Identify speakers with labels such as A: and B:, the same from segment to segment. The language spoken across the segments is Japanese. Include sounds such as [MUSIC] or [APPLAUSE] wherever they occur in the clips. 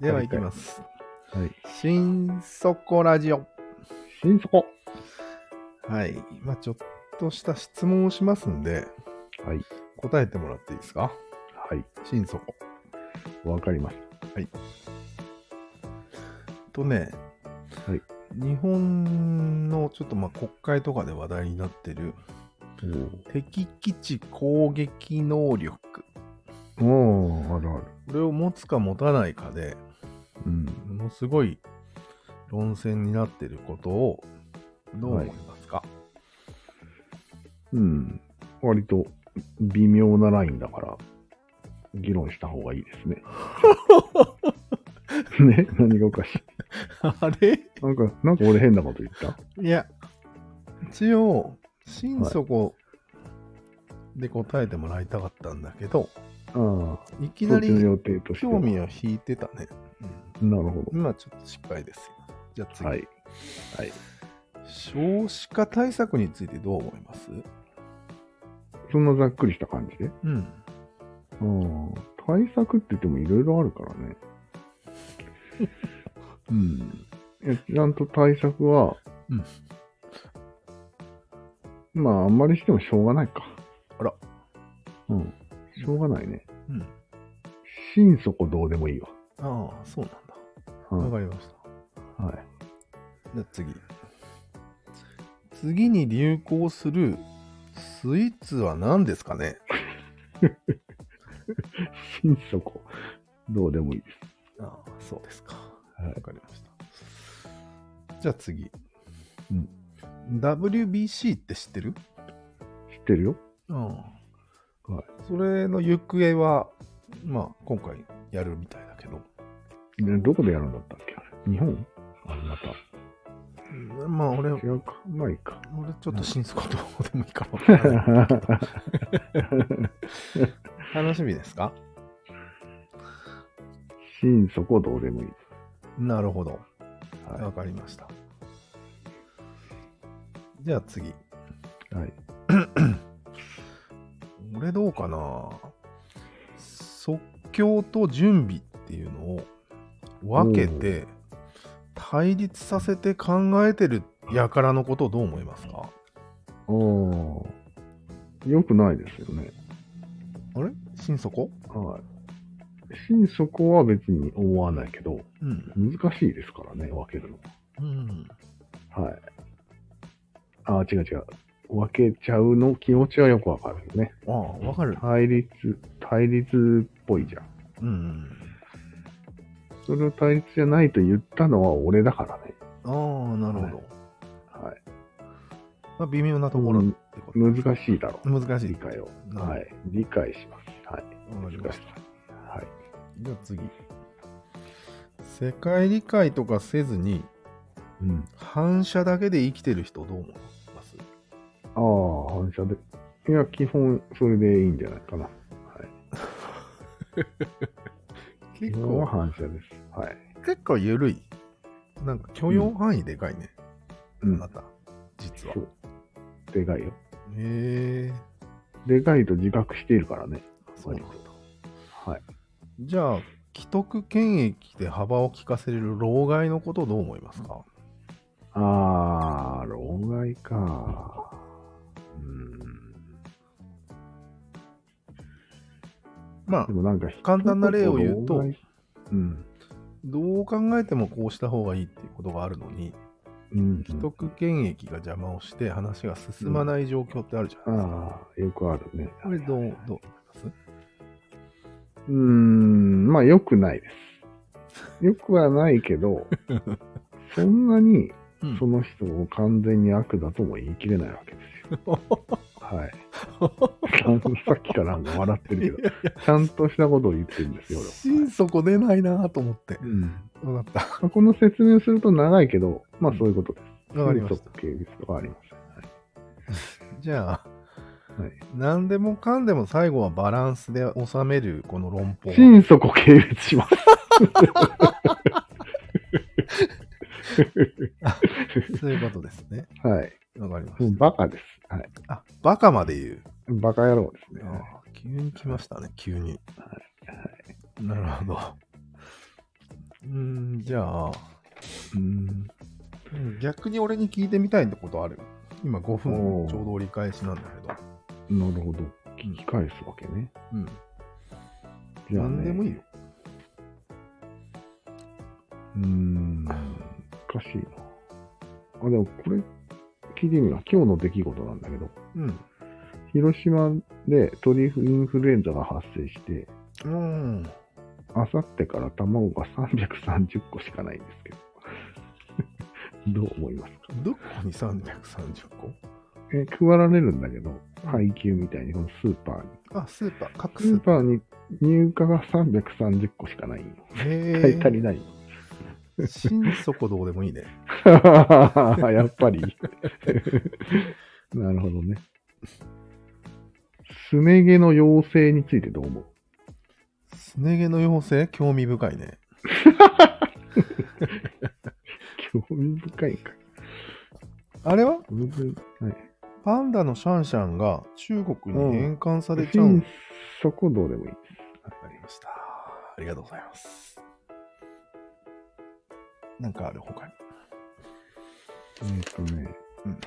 A: では行きます。
B: はい。
A: 新そこラジオ。
B: 新そこ。
A: はい。まあちょっとした質問をしますんで、
B: はい。
A: 答えてもらっていいですか
B: はい。
A: 新そこ。
B: わかりまし
A: とね、
B: はい
A: 日本のちょっとまあ国会とかで話題になってる
B: た。
A: 敵基地攻撃能力。
B: おおあるある。
A: これを持つか持たないかで
B: うん。
A: ものすごい論戦になってることをどう思いますか、
B: うん。割と微妙なラインだから、議論した方がいいです [LAUGHS] ね。ね [LAUGHS] 何がおかし
A: あれ
B: い。 [LAUGHS] なんか、なんか俺変なこと言った。
A: いや、一応、心底で答えてもらいたかったんだけど、
B: ああ。
A: い、
B: い
A: きなり
B: の予定としては
A: 興味を引いてたね。
B: なるほ
A: 今ちょっと失敗ですよ。じゃあ
B: ど。
A: 次、
B: はい。はい。
A: 少子化対策についてどう思います
B: そんなざっくりした感じで。
A: うん。
B: うん対策って言ってもいろいろあるか
A: [LAUGHS]
B: らね。うん。いやちゃんと対策は、
A: うん
B: まあ、あんまりしてもしょうがないか。
A: あら。
B: うん。しょうがないね。
A: うん。
B: 心底どうでもいいわ。
A: ああ、そうなんだ。
B: う
A: わ
B: んはい。
A: かりました。じゃあ次。次に流行するスイーツは何ですかね
B: [LAUGHS] 心底どうでもいいです。
A: ああ、そうですか。
B: はい
A: わかりました。じゃあ次。
B: うん
A: WBC って知ってる
B: 知ってるよ
A: うん。
B: はい
A: それの行方は、まあ、今回やるみたいだけど、
B: ねどこでやるんだったっけあれ日本あれまた。
A: うんまあ、俺、俺
B: 違うか。まあいいか。
A: ちょっと心底どうでもいいからわからないんだけど [LAUGHS] 楽しみですか
B: 心底どうでもいいで
A: なるほど。
B: す。は
A: わかりました。じゃあ次。
B: い。はい。
A: 俺どうかな即興と準備っていうのを分けて対立させて考えてる輩のことをどう思いますか
B: ああ、よくないですよね。
A: あれ心底
B: はい。心底は別に思わないけど、
A: うん。
B: 難しいですからね、分けるの。
A: うん。
B: はい。ああ、違う違う。分けちゃうの気持ちはよくわかるよね。
A: ああ、わかる。
B: 対立、対立っぽいじゃん。
A: うん。
B: それを対立じゃないと言ったのは俺だからね。
A: ああ、なるほど。
B: はい。
A: まあ、微妙なところってこと。
B: 難しいだろう。
A: 難しい
B: 理。解を。
A: な
B: は
A: る
B: い。理解します。はい。
A: ほど。わかりました。
B: はい。
A: じゃあ次。世界理解とかせずに
B: うん。
A: 反射だけで生きてる人どう思います
B: ああ、反射で。いや、基本、それでいいんじゃないかな。はい。基
A: 結
B: 本は
A: 構、
B: 反射です。はい。
A: 結構緩い。なんか許容範囲でかいね。
B: うん
A: また、実は
B: そ。うでかいよ。
A: へえ。
B: でかいと自覚しているからね。
A: そうなんだ。
B: はい。
A: じゃあ、既得権益で幅を利かせれる老害のことどう思いますか
B: あー、老害か。うー
A: まあ
B: ん。で、もなんか、
A: 簡単な例を言うと
B: 老害、うん。
A: どう考えてもこうした方がいいっていうことがあるのに、
B: うん。
A: 既得権益が邪魔をして話が進まない状況ってあるじゃ
B: あ
A: ないですか。
B: ー、よくあるね。
A: これどう、どう思います
B: うーん、まあ、良くないです。良くはない
A: [LAUGHS]
B: けど、そんなに、
A: うん
B: その人を完全に悪だとも言い切れないわけですよ。
A: [LAUGHS]
B: はい。さっきからなんか笑ってるけど、ちゃんとしたことを言ってるんですよ、俺は
A: 心底出ないなと思って
B: は。いうん
A: わかっ
B: まあこの説明をすると長いけど、まあそういうことです。
A: た。わかりまし
B: ち
A: た
B: ょっ。と軽率とかありま
A: じゃあ、
B: せん。はい
A: 何でもかんでも最後はバランスで収めるこの論法。
B: 心底軽蔑します。
A: そういうことですね。
B: はい。
A: わかりま
B: もう
A: し
B: バカです。はい。
A: た。あ、バカまで言う。
B: バカ野郎ですね。
A: あー急に来ましたね、急に。なるほど。うん、じゃあ、
B: うん。
A: うん逆に俺に聞いてみたいってことある今5
B: お
A: 分
B: う
A: ちょうど折り返しなんだけど。
B: なるほど。聞き返すわけね。
A: うん。
B: じゃあ、ね、
A: 何でもいいよ。
B: うーん、難しいな。あ、でもこれ、聞いてみな。今日の出来事なんだけど、
A: うん。
B: 広島で鳥インフルエンザが発生して、
A: うん。
B: あさってから卵が330個しかないんですけ [LAUGHS] ど。どう思いますか
A: どこに330個
B: え配られるんだけど、配給みたいに、このスーパーに。
A: あ、スーパー、各
B: ス
A: ス
B: ー
A: ーパー。
B: パーに入荷が330個しかないよ。買い
A: へ
B: 足りないよ。
A: え。新速度でもいいね。
B: [LAUGHS] やっぱり。 [LAUGHS] なるほどね。すね毛の妖精についてどう思う
A: すね毛の妖精興味深いね。
B: 興味深いか。
A: あれは
B: 全然はい、
A: パンダのシャンシャンが中国に返還されちゃうん
B: 新
A: で
B: 速度でもいいです。はい
A: した。ありがとうございます。なんかある他に。
B: えっ、とね、
A: うん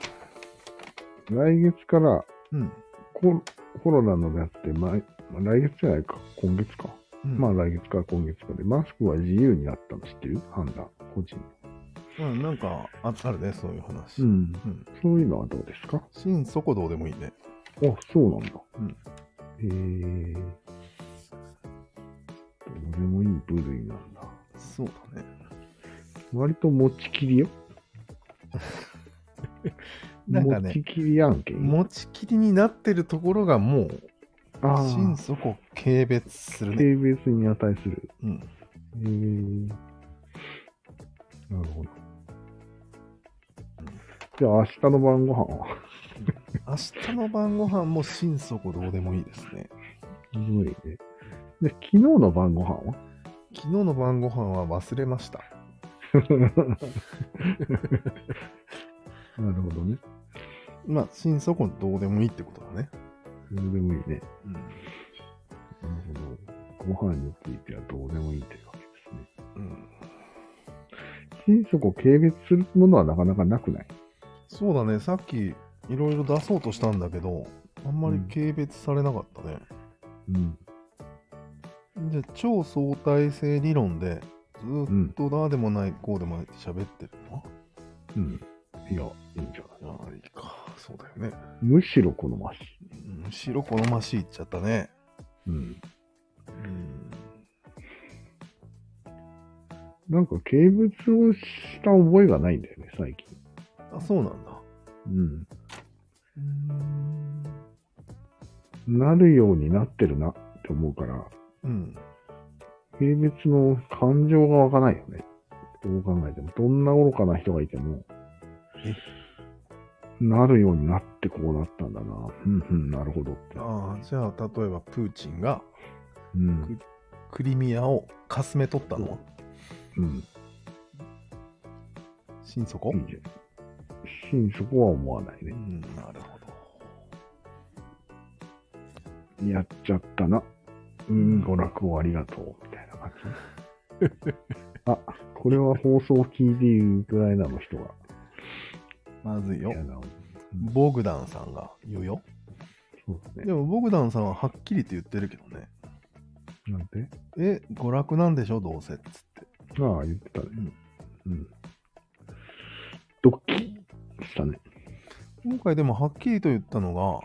B: 来月から
A: うん。
B: コロコロナのやって、まま来月じゃないか、今月か。
A: うん
B: まあ来月から今月かで、マスクは自由になったの知ってる判断、個人。
A: うん、なんかああるね、そういう話。
B: ん
A: ん
B: そういうのはどうですか
A: 新速度でもいいね。
B: あ、そうなんだ。
A: うん
B: へえー。どうでもいい部類なんだ。
A: そうだね。
B: 割と持ちきりよ。
A: [LAUGHS] なんかね
B: 持ちきり案件。
A: 持ちきりになってるところがもう、
B: あ
A: 心
B: あ、
A: 底軽蔑するね。
B: 軽蔑に値する。
A: うん。
B: へえー。なるほど。じゃあ明日の晩ご飯は
A: 明日の晩ご飯も心底どうでもいいですね。
B: 無理ね。で、昨日の晩ご飯は
A: 昨日の晩ご飯は忘れました。
B: なるほどね。
A: まあ、心底どうでもいいってことだね。
B: どうでもいいね。
A: うん。
B: なるほど。ご飯についてはどうでもいいというわけですね。心底軽蔑するものはなかなかなくない。
A: そうだね、さっきいろいろ出そうとしたんだけど、あんまり軽蔑されなかったね。
B: うん。
A: じゃあ超相対性理論で、ず
B: う
A: ーっ
B: ん。
A: とだでもない、こうでもないって喋ってるの
B: うん。いや、いいんじゃない。
A: ああ、いいか。そうだよね。
B: むしろ好ましい。
A: むしろ好ましいっちゃったね。
B: うん。
A: うん。
B: なんか軽蔑をした覚えがないんだよね、最近。
A: あ、そうなんだ。
B: うん。
A: うん。
B: なるようになってるなって思うから、
A: うん。
B: 軽蔑の感情が湧かないよね。どう考えても。どんな愚かな人がいても
A: え、
B: なるようになってこうなったんだな。うんうん、なるほどって。
A: ああ、じゃあ、例えばプーチンが
B: うん。
A: クリミアをかすめ取ったのは
B: うん。
A: 心底
B: いいじゃん。心底は思わないうね。
A: ん、なるほど。
B: やっちゃったな。うん、娯楽をありがとう。みたいな
A: [LAUGHS]
B: 感じ。あ、これは放送を聞いているウクライナの人が
A: まずいよ
B: 嫌。な。
A: ボグダンさんが言うよ。
B: そうです
A: で
B: ね。
A: も、ボグダンさんははっきりと言ってるけどね。
B: なんで
A: え、娯楽なんでしょ、どうせっつって。
B: ああ、言ってたね。
A: うん
B: うん。ドッキリしたね。
A: 今回でもはっきりと言ったのが、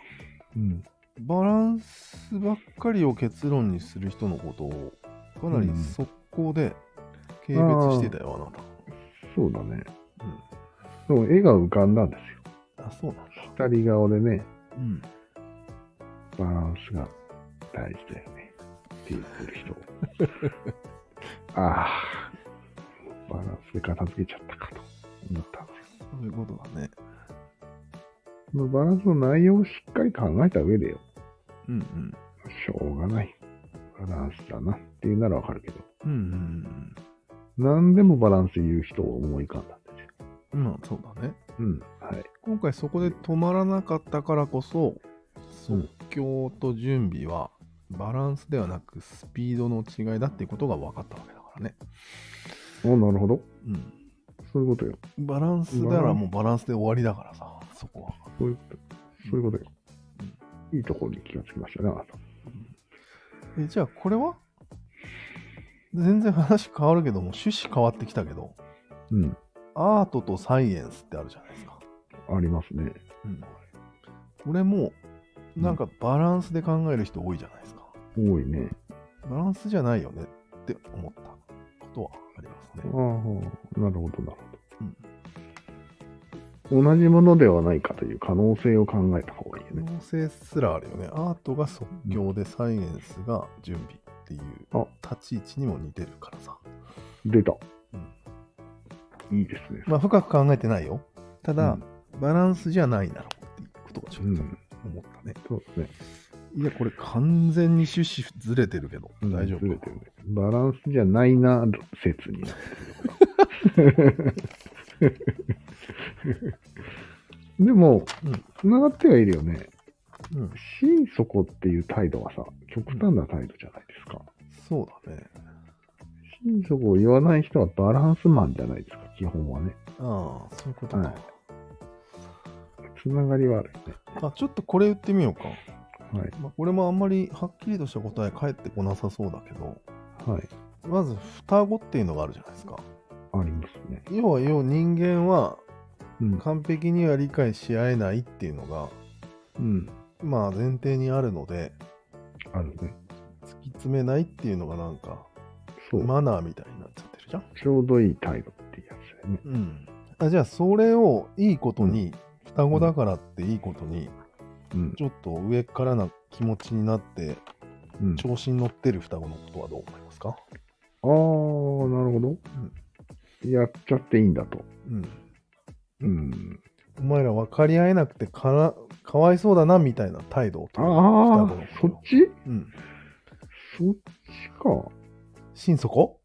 B: うん。
A: バランスばっかりを結論にする人のことをかなり速攻で軽蔑してたよ、
B: そうだね。
A: あな
B: でも絵が浮かんだんですよ。
A: た、うん。あ、そうなんだ。
B: 左側でね、
A: うん。
B: バランスが大事だよね。って言ってる人。ああ、バランスで片付けちゃったかと思ったんですよ。
A: そういうことだね。
B: そのバランスの内容をしっかり考えた上でよ。
A: うんうん。
B: しょうがない。バランスだなっていうならわかるけど。
A: うんうん
B: 何でもバランス言う人を思い浮かんだんですよ。
A: うん。まあそうだね。
B: うん。はい。
A: 今回そこで止まらなかったからこそ、即興と準備はバランスではなくスピードの違いだっていうことが分かったわけだから。からね。
B: おなるほど。
A: うん。
B: そういうことよ。
A: バランスならもうバランスで終わりだからさ、そこは。
B: そういうこと。そういうことよ。いいところに気がつきましたね、あなた。
A: え、じゃあこれは全然話変わるけども、趣旨変わってきたけど、
B: うん。
A: アートとサイエンスってあるじゃないですか。
B: ありますね。
A: うん。これも、なんかバランスで考える人多いじゃないですか。
B: 多いね。
A: バランスじゃないよねって思ったことはあります
B: あ
A: ね。
B: あ、なるほど、なる
A: うん
B: ほど。同じものではないかという可能性を考えた方がいいよね。
A: 可能性すらあるよね。アートが即興でサイエンスが準備っていう
B: あ
A: 立ち位置にも似てるからさ。
B: 出た。いいですね。
A: まあ深く考えてないよ。ただ、バランスじゃないだろうっていうことがちょ
B: う
A: っと
B: ん。
A: 思ったね。
B: そうですね。
A: いや、これ完全に趣旨ずれてるけど、大丈夫
B: ずれてるねバランスじゃないな、説になってるよこれでも
A: うん、
B: 繋がってはいるよね。
A: うん、
B: 心底っていう態度はさ、極端な態度じゃないですか。
A: そうだね。
B: 心底を言わない人はバランスマンじゃないですか、基本はね。
A: ああ、そういうことか。
B: はい繋がりはあるよね。
A: あ、ちょっとこれ言ってみようか。
B: はい。
A: まあ、これもあんまりはっきりとした答え返ってこなさそうだけど、
B: はい。
A: まず双子っていうのがあるじゃないですか。
B: ありますね。
A: 要は要は人間は
B: うん。
A: 完璧には理解し合えないっていうのが、
B: うん。
A: まあ前提にあるので、
B: あるね。
A: 突き詰めないっていうのがなんか、
B: そう。
A: マナーみたいになっちゃってるじゃん。
B: ちょうどいい態度っていうやつだよね。
A: うん。あじゃあそれをいいことに、双子だからっていいことに、
B: うん。
A: ちょっと上からな気持ちになって、
B: うん、
A: 調子に乗ってる双子のことはどう思いますか
B: ああ、なるほど、やっちゃっていいんだと。
A: うん。
B: うん。
A: お前ら分かり合えなくてからかわいそうだなみたいな態度を
B: あ
A: 取る双
B: あ
A: 子の、
B: そ
A: こと
B: っち
A: うん。
B: そっちか。
A: 心底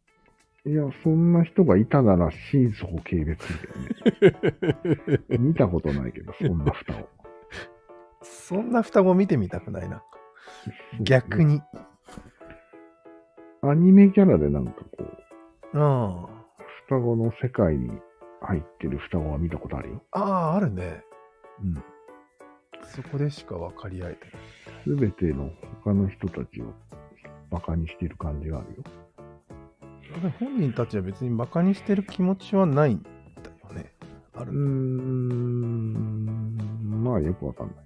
B: いや、そんな人がいたなら、心底軽蔑だよ [LAUGHS] ね。見たことないけど、そんな蓋を。
A: そんな双子見てみたくないな。逆。に。
B: アニメキャラでなんかこう、
A: うん。
B: 双子の世界に入ってる双子は見たことあるよ。
A: ああ、あるね。
B: うん。
A: そこでしか分かり合えてない。
B: すべての他の人たちを馬鹿にしてる感じがあるよ。
A: で本人たちは別にバカにしてる気持ちはないんだよね。あ
B: う
A: る
B: ーん、まあよくわかんない。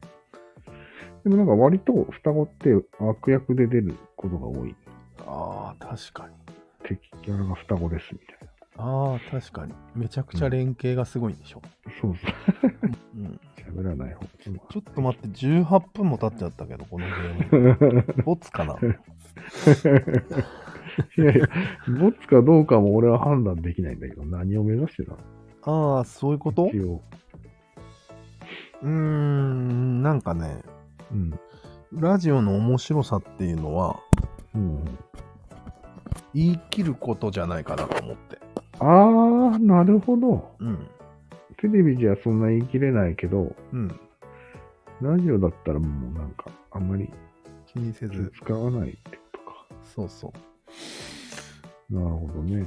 B: でもなんか割と双子って悪役で出ることが多い。
A: ああ、確かに。
B: 敵キャラが双子ですみたい
A: ああ、確かに。めちゃくちゃ連携がすごいんでしょ。
B: な。そうそう。
A: うん。
B: 喋らない方
A: ちょっと待って、18分も経っちゃったけど、このゲー
B: が。
A: ム。ボツかな
B: [LAUGHS] いやいや、ボツかどうかも俺は判断できないんだけど、何を目指してたの
A: ああ、そういうこと
B: 一応。
A: うーん、なんかね、
B: うん。
A: ラジオの面白さっていうのは、
B: うん。
A: 言い切ることじゃないかなと思って。
B: あー、なるほど。
A: うん。
B: テレビじゃそんな言い切れないけど、
A: うん。
B: ラジオだったらもうなんか、あんまり
A: 気にせず。
B: 使わないってことか。
A: そうそう。
B: なるほどね。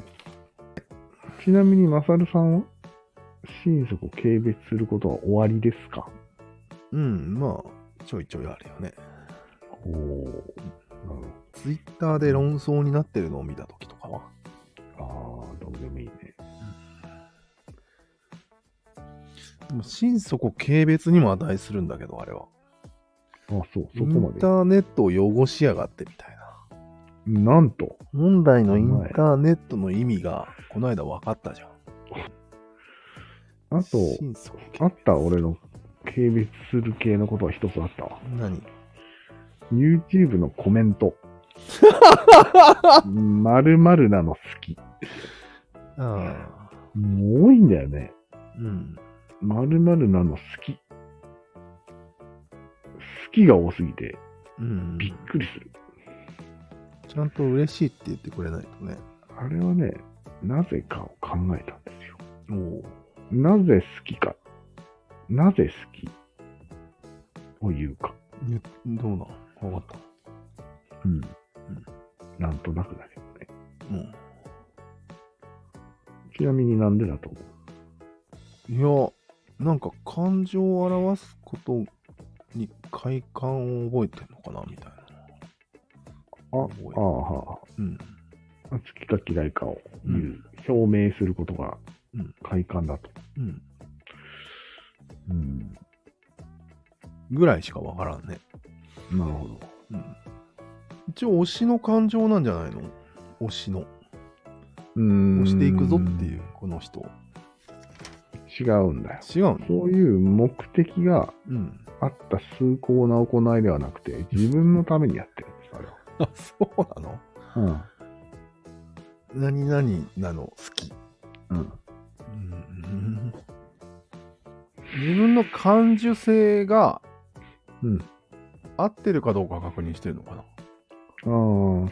B: ちなみに、マサルさんは、心底を軽蔑することは終わりですか
A: うん、まあ、ちょいちょいあるよね。
B: おお。なる
A: ツイッターで論争になってるのを見たときとかは。
B: ほど。ああ、どうでもいいね。
A: でも心底軽蔑にも値するんだけど、あれは。
B: あそう、
A: イ
B: そこま
A: ン
B: で
A: タ。ーネットを汚しやがってみたいな。
B: なんと、
A: 本来のインターネットの意味が、この間分かったじゃん。
B: あと、
A: 心底軽蔑
B: あった俺の軽蔑する系のことは一つあったわ。
A: 何
B: YouTube のコメ
A: [LAUGHS]
B: ント。まるまるなの好き。
A: あ
B: もう多いんだよね。
A: あ。うん。
B: まるまるなの好き。好きが多すぎて、
A: うん。
B: びっくりする。
A: ちゃんと嬉しいって言ってくれないとね。
B: あれはね、なぜかを考えたんですよ。
A: おお。
B: なぜ好きか。なぜ好きを言うか。
A: ゆどうなん分かっ
B: うん。なんとなくだけ
A: た。う
B: どね。
A: ん。
B: ちなみになんでだと思
A: いや、なんか感情を表すことに快感を覚えてるのかなみたいな。
B: うあ、
A: 覚えて
B: ああ、はあ
A: うん。
B: あ、好きか嫌いかを
A: う
B: 言う、
A: ん。
B: 表明することが
A: うん
B: 快感だと。
A: うん。
B: うん。
A: ぐらいしかわからんね。
B: なるほど。
A: うん。一応、推しの感情なんじゃないの推しの。
B: うん
A: 推していくぞっていう、この人。
B: 違うんだよ。
A: 違うの
B: そういう目的が
A: うん。
B: あった崇高な行いではなくて、自分のためにやってるんです、あれ
A: あ、そうなの
B: は。
A: 何々なの好き。
B: うん。うん。
A: うん自分の感受性が、
B: うん
A: 合ってるかどうか確認してるのかな。
B: ああ、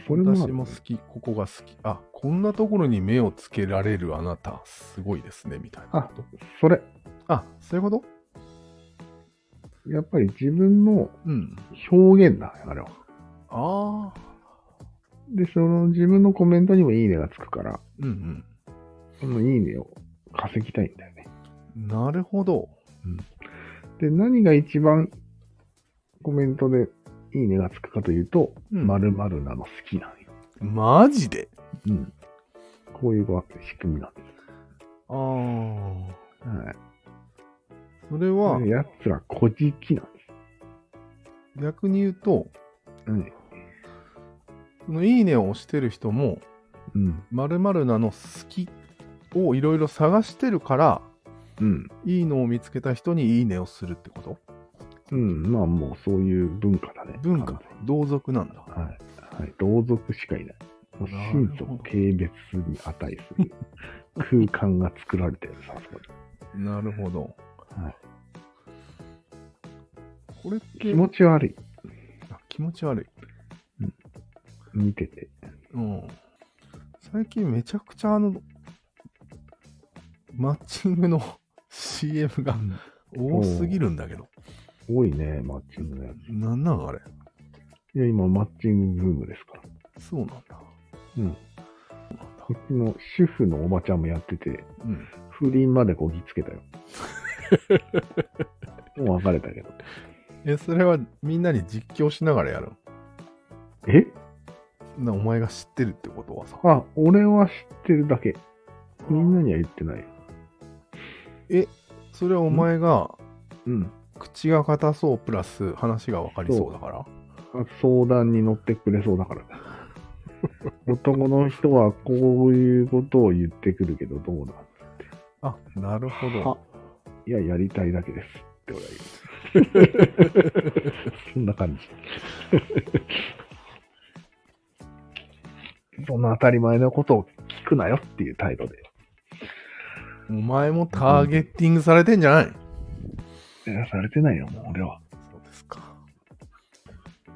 B: それもある
A: 私も好き、ここが好き。あ、こんなところに目をつけられるあなた、すごいですね、みたいなこと。
B: それ、
A: あ、そういうこと
B: やっぱり自分の
A: うん。
B: 表現だね、あれは。
A: ああ。
B: で、その自分のコメントにもいいねがつくから、
A: うん
B: そのいいねを稼ぎたいんだよね。
A: うん。なるほど。
B: で、何が一番コメントでいいねがつくかというと、
A: うん
B: 〇〇なの好きなんよ。
A: マジで
B: うん。こういうわ仕組みなんで
A: ああ。
B: す。はい。
A: それは、
B: やつら、こじきなんです。
A: 逆に言うと、
B: うん。
A: そのいいねを押してる人も、
B: うん。
A: 〇〇なの好きをいろいろ探してるから、
B: うん。
A: いいのを見つけた人にいいねをするってこと
B: うん。まあ、もう、そういう文化だね。
A: 文化、同族なんだ。
B: 完全に。はい。はい。同族しかいない。もう
A: なる
B: 親
A: ほど
B: 族軽蔑に値す [LAUGHS] る空間が作られてる、さすが [LAUGHS] に
A: なるほど。
B: はい
A: これって
B: 気持ち悪い。
A: あ気持ち悪い。
B: 見てて。
A: うん。最近めちゃくちゃあの、マッチングの CM が多すぎるんだけど。
B: 多いね、マッチングのや
A: なんなんあれ。
B: つ。いや、今、マッチングブームですから。
A: そうなんだ。
B: う
A: そう
B: ん。
A: なんだ
B: こっちの主婦のおばちゃんもやってて、
A: うん。
B: 不倫までこぎつけたよ。もう別れたけど。
A: え、それはみんなに実況しながらやる
B: え
A: なお前が知ってるってことはさ。
B: あ、俺は知ってるだけ。みんなには言ってないよ。
A: それはお前が
B: うん。
A: 口が硬そうプラス話が分かりそうだから。
B: あ相談に乗ってくれそうだから。男の人はこういうことを言ってくるけど、どうなん
A: あ、なるほ
B: は
A: ど。
B: いや、やりたいだけですって俺は言う。 [LAUGHS] そんな感じ。 [LAUGHS] そんな当たり前のことを聞くなよっていう態度で。
A: お前もターゲッティングされてんじゃない、
B: いやされてないよ、もう俺は。
A: そうですか。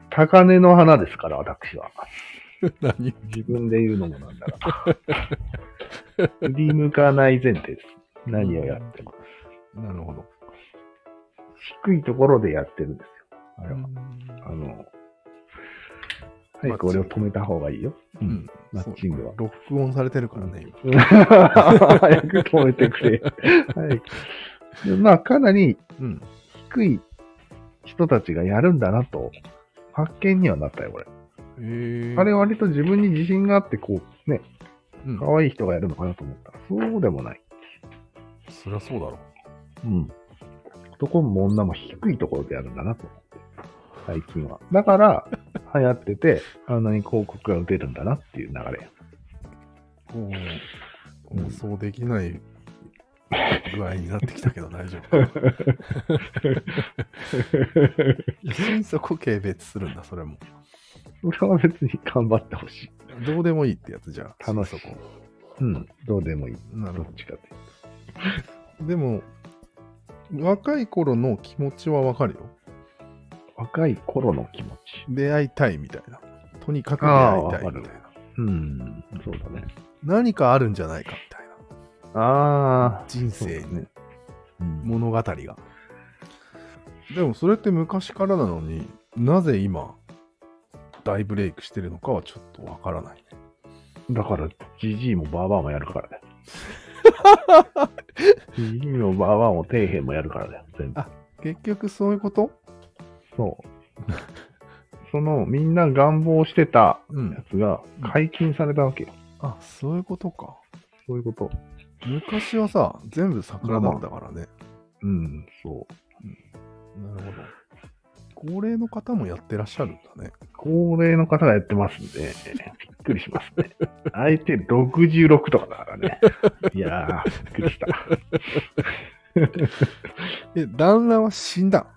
B: 高根の花ですから、私は。
A: [LAUGHS] 何
B: 自分で言うのもなんだが。振り向かない前提です。何をやっても。
A: なるほど。
B: 低いところでやってるんですよ。あれは。
A: う
B: あの、早く俺を止めた方がいいよ。
A: ん。
B: マッチングは
A: そう録音されてるからね、今
B: 早く止めてく [LAUGHS] れ。はい。でまあ、かなり
A: うん。
B: 低い人たちがやるんだなと、発見にはなったよ、俺。
A: え
B: あれ、割と自分に自信があって、こう、ね、
A: うん
B: 可愛い人がやるのかなと思ったら、そうでもない。
A: そりゃそうだろ
B: うん。男も女も低いところでやるんだなと思って、最近は。だから、流行ってて、あんなに広告が打てるんだなっていう流れ。
A: う。もう
B: う
A: 放
B: ん
A: 送できない具合になってきた [LAUGHS] けど大丈夫。心底軽蔑するんだ、それも。
B: それは別に頑張ってほしい。
A: どうでもいいってやつじゃあ。
B: 楽しい
A: 心底
B: うん。どうでもいい。
A: な
B: ど
A: る
B: っちかって。
A: ほど。でも、若い頃の気持ちはわかるよ。
B: 若い頃の気持ち。
A: 出会いたいみたいな。とにかく出会いたいみたい
B: あー
A: な。
B: うん。そうだね。
A: 何かあるんじゃないかみたいな。
B: ああ。
A: 人生に、
B: ね。うん、
A: 物語が。でもそれって昔からなのになぜ今大ブレイクしてるのかはちょっとわからない。
B: [LAUGHS] だから、ジジイもバーバーもやるからね。意味のバーワンを底辺もやるからだよ、全部
A: あ。結局そういうこと
B: そう。その、みんな願望してた
A: うん
B: や。つが解禁されたわけよ。
A: あ、そういうことか。
B: そういうこと。
A: 昔はさ、全部桜だったからね。
B: うん、そう。
A: なるほど。高齢の方もやってらっしゃるんだね。
B: 高齢の方がやってますんで、びっくりしますね。相手66とかだからね。いやー、びっくりした。
A: え、旦那は死んだ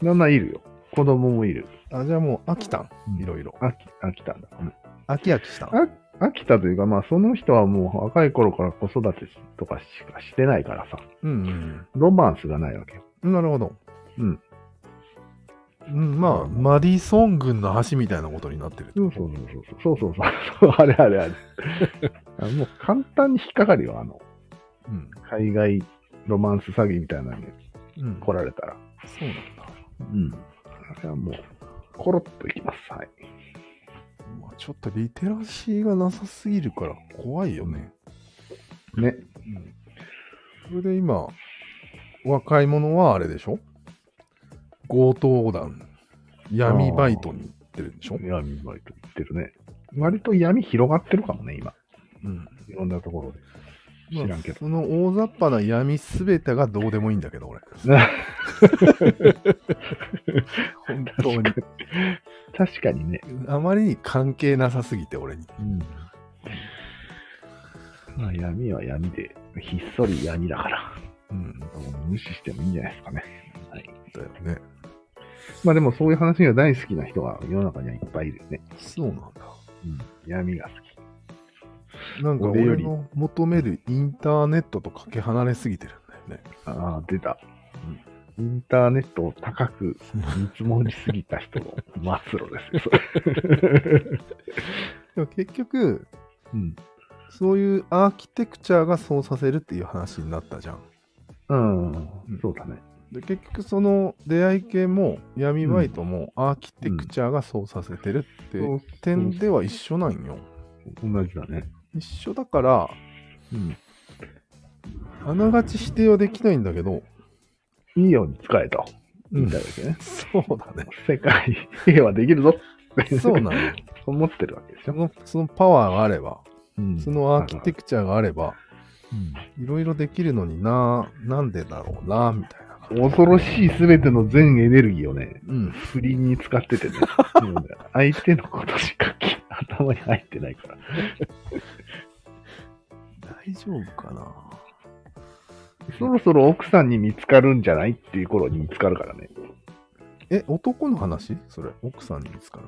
B: なんなんいるよ。子供もいる。
A: あ、じゃあもう飽きたん
B: うん
A: いろいろ。
B: 飽き飽きたんだ。うん
A: 飽き飽きしたん
B: あ飽きたというか、まあ、その人はもう若い頃から子育てとかしかしてないからさ、
A: うん、
B: ロマンスがないわけよ。
A: うん。なるほど。
B: うん。
A: うん、まあ、マディソン軍の橋みたいなことになってる。
B: そうそうそうそうそう。そうそうそう。あれあれあれ。あもう簡単に引っかかるよ、あの、
A: うん。
B: 海外ロマンス詐欺みたいなのに
A: うん。
B: 来られたら。
A: そうなんだ。
B: うん。あれはもう、コロッといきます。はい。
A: まあ、ちょっとリテラシーがなさすぎるから怖いよね。
B: ね。
A: それで今、若い者はあれでしょ強盗団、闇バイトに行ってるんでしょ、
B: 闇バイト言ってるね。割と闇広がってるかもね、今。
A: うん
B: いろんなところで。知らんけど
A: まあその大雑把な闇すべてがどうでもいいんだけど、俺。本当に。
B: [LAUGHS] 確かにね。
A: あまりに関係なさすぎて、俺に。
B: うん。まあ闇は闇で、ひっそり闇だから、
A: うん。
B: もう無視してもいいんじゃないですかね。はい。
A: だよね。
B: まあでもそういう話が大好きな人は世の中にはいっぱいいるよね。
A: そうなんだ。
B: うん。闇が好
A: なんか
B: 俺よ
A: 俺
B: り
A: の求めるインターネットとかけ離れすぎてるんだよね。
B: き。ああ、出た。インターネットを高く見積もりすぎた人の末路ですよそ [LAUGHS] れ。
A: でも結局、
B: うん。
A: そういうアーキテクチャがそうさせるっていう話になったじゃん。
B: うん。そうだね。
A: で結局その出会い系も闇バイトもアーキテクチャがそうさせてるって
B: そう
A: 点では一緒なんよ。
B: 同じだね。
A: 一緒だから、
B: うん。
A: あながち否定はできないんだけど、
B: いいように使えと。言いたいわけね。
A: そうだね。
B: 世界平和できるぞって
A: そう
B: [LAUGHS]
A: なん [LAUGHS] よ。
B: 思ってるわけでし
A: そ
B: ょ。
A: のそのパワーがあれば、
B: うん
A: そのアーキテクチャがあれば、
B: う
A: いろいろできるのにな、なんでだろうな、みたいな。
B: ん恐ろしい全ての全エネルギーをね、
A: うん。
B: 不倫に使っててね、 [LAUGHS] うん相手のことしか頭に入ってないから。
A: 大丈夫かな。
B: そろそろ奥さんに見つかるんじゃないっていう頃に見つかるからね。
A: え、男の話それ、奥さんに見つかるっ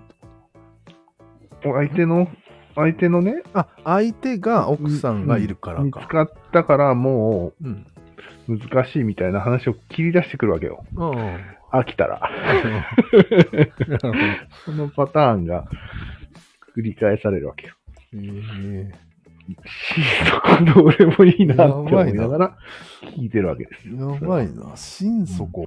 A: てこ
B: 相手の、相手のね、
A: と。あ、相手が奥さんがいるから
B: 見つ
A: か。
B: かったからも
A: うん。
B: う難しいみたいな話を切り出してくるわけよ。
A: ああ。
B: 飽きたら。
A: [LAUGHS] なるほど。え
B: そのパターンが繰り返されるわけよ。 [LAUGHS]
A: ー
B: シーソコの俺もいいなって思いながら聞いてるわけです。
A: やばいな、心底。